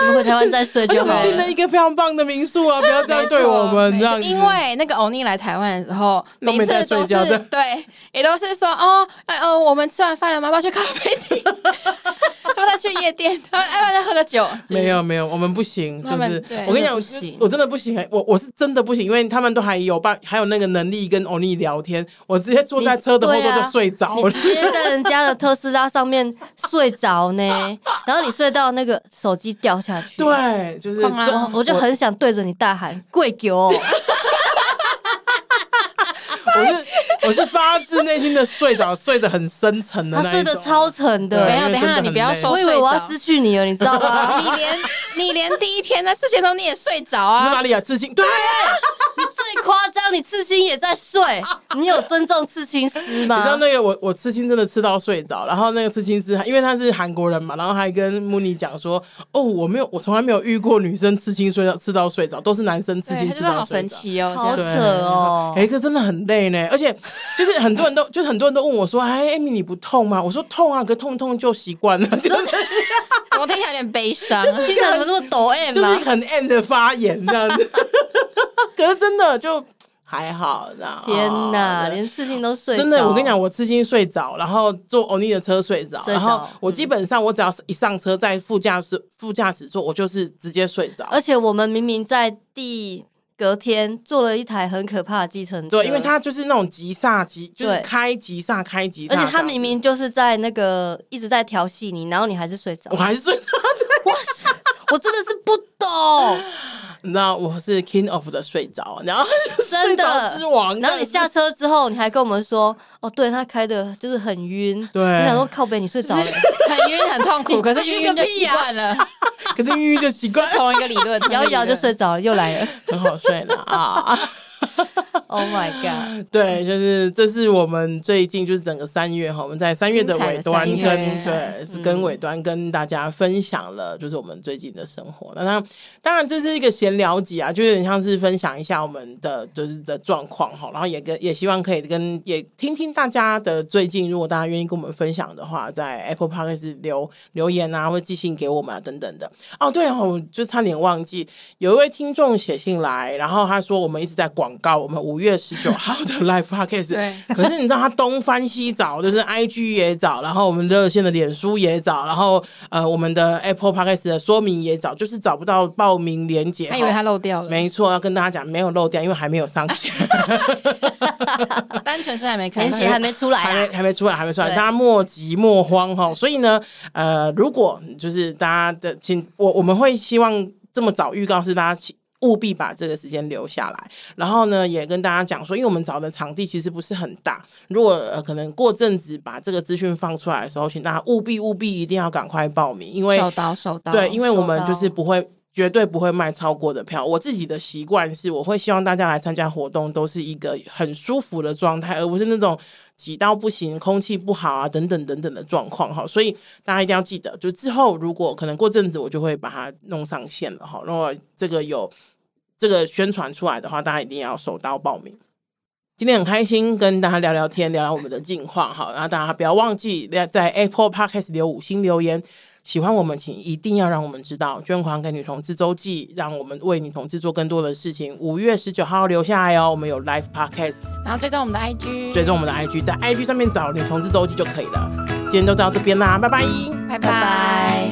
S3: 你们回台湾再睡就
S1: 我
S3: 好
S1: 们订
S3: 了。
S1: 了一个非常棒的民宿啊，不要这样对我们
S2: 没
S1: 这
S2: 错
S1: 样子。
S2: 因为那个欧尼来台湾的时候，
S1: 都
S2: 每
S1: 没在
S2: 次
S1: 睡
S2: 都
S1: 觉
S2: 是
S1: 的
S2: 对，也都是说哦，哎哦，我们吃完饭了吗，要不要去咖啡厅， 要不要去夜店， 要不要再喝个酒？就是
S1: 没有没有，我们不行，就
S2: 他们
S1: 是
S2: 对
S1: 我跟你
S3: 真
S1: 讲，
S3: 的
S1: 我
S3: 不
S1: 就
S3: 行
S1: 我真的不行、欸，我我是真的不行，因为他们都还有办，还有那个能力跟欧尼聊天，我直接坐在
S3: 你
S1: 车的后
S3: 对
S1: 座
S3: 啊
S1: 就睡着
S3: 你
S1: 了。
S3: 直接在人家的特斯拉上面睡着 呢，然后你睡到那个手机掉下去，
S1: 对，就是
S2: 狂啊
S1: 真
S3: 我就很想对着你大喊“跪狗、
S1: 我是我是发自内心的睡着，睡得很深沉的
S3: 他
S1: 那一
S3: 睡得
S1: 种
S3: 超沉
S1: 对
S3: 的，
S2: 没有，
S1: 因为真
S2: 等一
S1: 的
S2: 下
S1: 很
S2: 你不要
S1: 累
S2: 说
S3: 我以
S2: 睡
S3: 为我要
S2: 着
S3: 失去你了，你知道吗？
S2: 你 连你连第一天在事情中你也睡着啊，
S1: 哪里啊？刺青？对，
S3: 你最夸张，你刺青也 在睡，你有尊重刺青师
S1: 你知道
S3: 吗？
S1: 那个我我刺青真的吃到睡着，然后那个刺青师因为他是韩国人嘛，然后还跟穆尼讲说，哦，我没有，我从来没有遇过女生刺青睡到吃到睡着，都是男生刺
S2: 对，
S1: 青
S2: 他
S1: 吃
S2: 就是好
S1: 到睡
S2: 神
S1: 着。
S2: 奇哦，这
S3: 好
S2: 样
S1: 对
S3: 扯哦
S1: 哎、这真的很累呢。而且就是很多人都，就是很多人都问我说：“哎，艾米，你不痛吗？”我说：“痛啊，可痛痛就习惯了。就是”
S2: 怎么听起来有点悲伤啊？
S3: 心想怎么那么抖 M 啊
S1: 就是
S3: 吗？
S1: 很 end 的发言这样子。 可是真的就还好，这样。
S3: 天哪，
S1: 哦
S3: 连刺青都睡着，
S1: 真的，我跟你讲，我至今睡着，然后坐欧尼的车睡着，
S3: 睡
S1: 然
S3: 着嗯
S1: 后我基本上我只要一上车，在副驾驶副驾驶座，我就是直接睡着。
S3: 而且我们明明在第隔天坐了一台很可怕的计程车，
S1: 对，因为他就是那种急刹急，就是
S3: 对
S1: 开急刹开急刹
S3: 而
S1: 这样
S3: 且
S1: 子，
S3: 他明明就是在那个一直在调戏你，然后你还是睡着
S1: 我，还是睡着。
S3: 我真的是不 懂。
S1: 你知道我是 king of 的睡着，然后睡
S3: 真的
S1: 着之王。
S3: 然后你下车之后，你还跟我们说，哦，对他开的就是很晕，
S1: 对
S3: 你想说靠北，你睡着
S2: 就
S3: 了
S2: 是，很晕很痛苦，可是晕晕就习
S1: 啊
S2: 惯了，
S1: 可是晕晕就 习惯，
S2: 同一个理论，
S3: 摇一摇就睡着了，又来了
S1: 很好睡了啊。
S3: ，Oh my god！
S1: 对，就是这是我们最近就是整个三月哈，我们在三月的
S2: 精彩的
S1: 尾端
S2: 三
S1: 跟
S2: 月精彩嗯
S1: 对是跟尾端跟大家分享了，就是我们最近的生活。那当然，当然这是一个闲聊集啊，就有点像是分享一下我们的就是的状况哈，然后也跟也希望可以跟也听听大家的最近，如果大家愿意跟我们分享的话，在 Apple Podcast 留留言啊，或寄信给我们啊等等的。哦，对哦，我就差点忘记，有一位听众写信来，然后他说我们一直在广告我们五月十九号的 Live Podcast，
S2: 对
S1: 可是你知道他东翻西找，就是 IG 也找，然后我们热线的脸书也找，然后呃我们的 Apple Podcast 的说明也找，就是找不到报名链接。
S2: 他以为他
S1: 哦
S2: 漏掉了，
S1: 没错，要跟大家讲没有漏掉，因为还没有上线。
S2: 单纯是还没看
S3: 连
S2: 到，
S3: 姐还没出来
S1: 还没
S3: 啊，
S1: 还没出来，还没出来，
S3: 对
S1: 大家莫急莫慌哈。所以呢，呃，如果就是大家的，请我我们会希望这么早预告是大家请。务必把这个时间留下来，然后呢，也跟大家讲说，因为我们找的场地其实不是很大，如果、呃、可能过阵子把这个资讯放出来的时候，请大家务必务必一定要赶快报名，因为
S2: 手刀手刀，
S1: 对，因为我们
S3: 收到
S1: 就是不会。绝对不会卖超过的票。我自己的习惯是，我会希望大家来参加活动都是一个很舒服的状态，而不是那种挤到不行、空气不好啊等等等等的状况哈。所以大家一定要记得，就之后如果可能过阵子，我就会把它弄上线了哈。如果这个有这个宣传出来的话，大家一定要手刀报名。今天很开心跟大家聊聊天，聊聊我们的近况哈。然后大家不要忘记在在 Apple Podcast 留五星留言。喜欢我们，请一定要让我们知道，捐款给女同志周记，让我们为女同志做更多的事情。五月十九号留下来哦，我们有 live podcast，
S2: 然后追踪我们的 IG，
S1: 追踪我们的 IG，在 IG 上面找女同志周记就可以了。今天就到这边啦，拜拜。
S2: 拜
S3: 拜拜。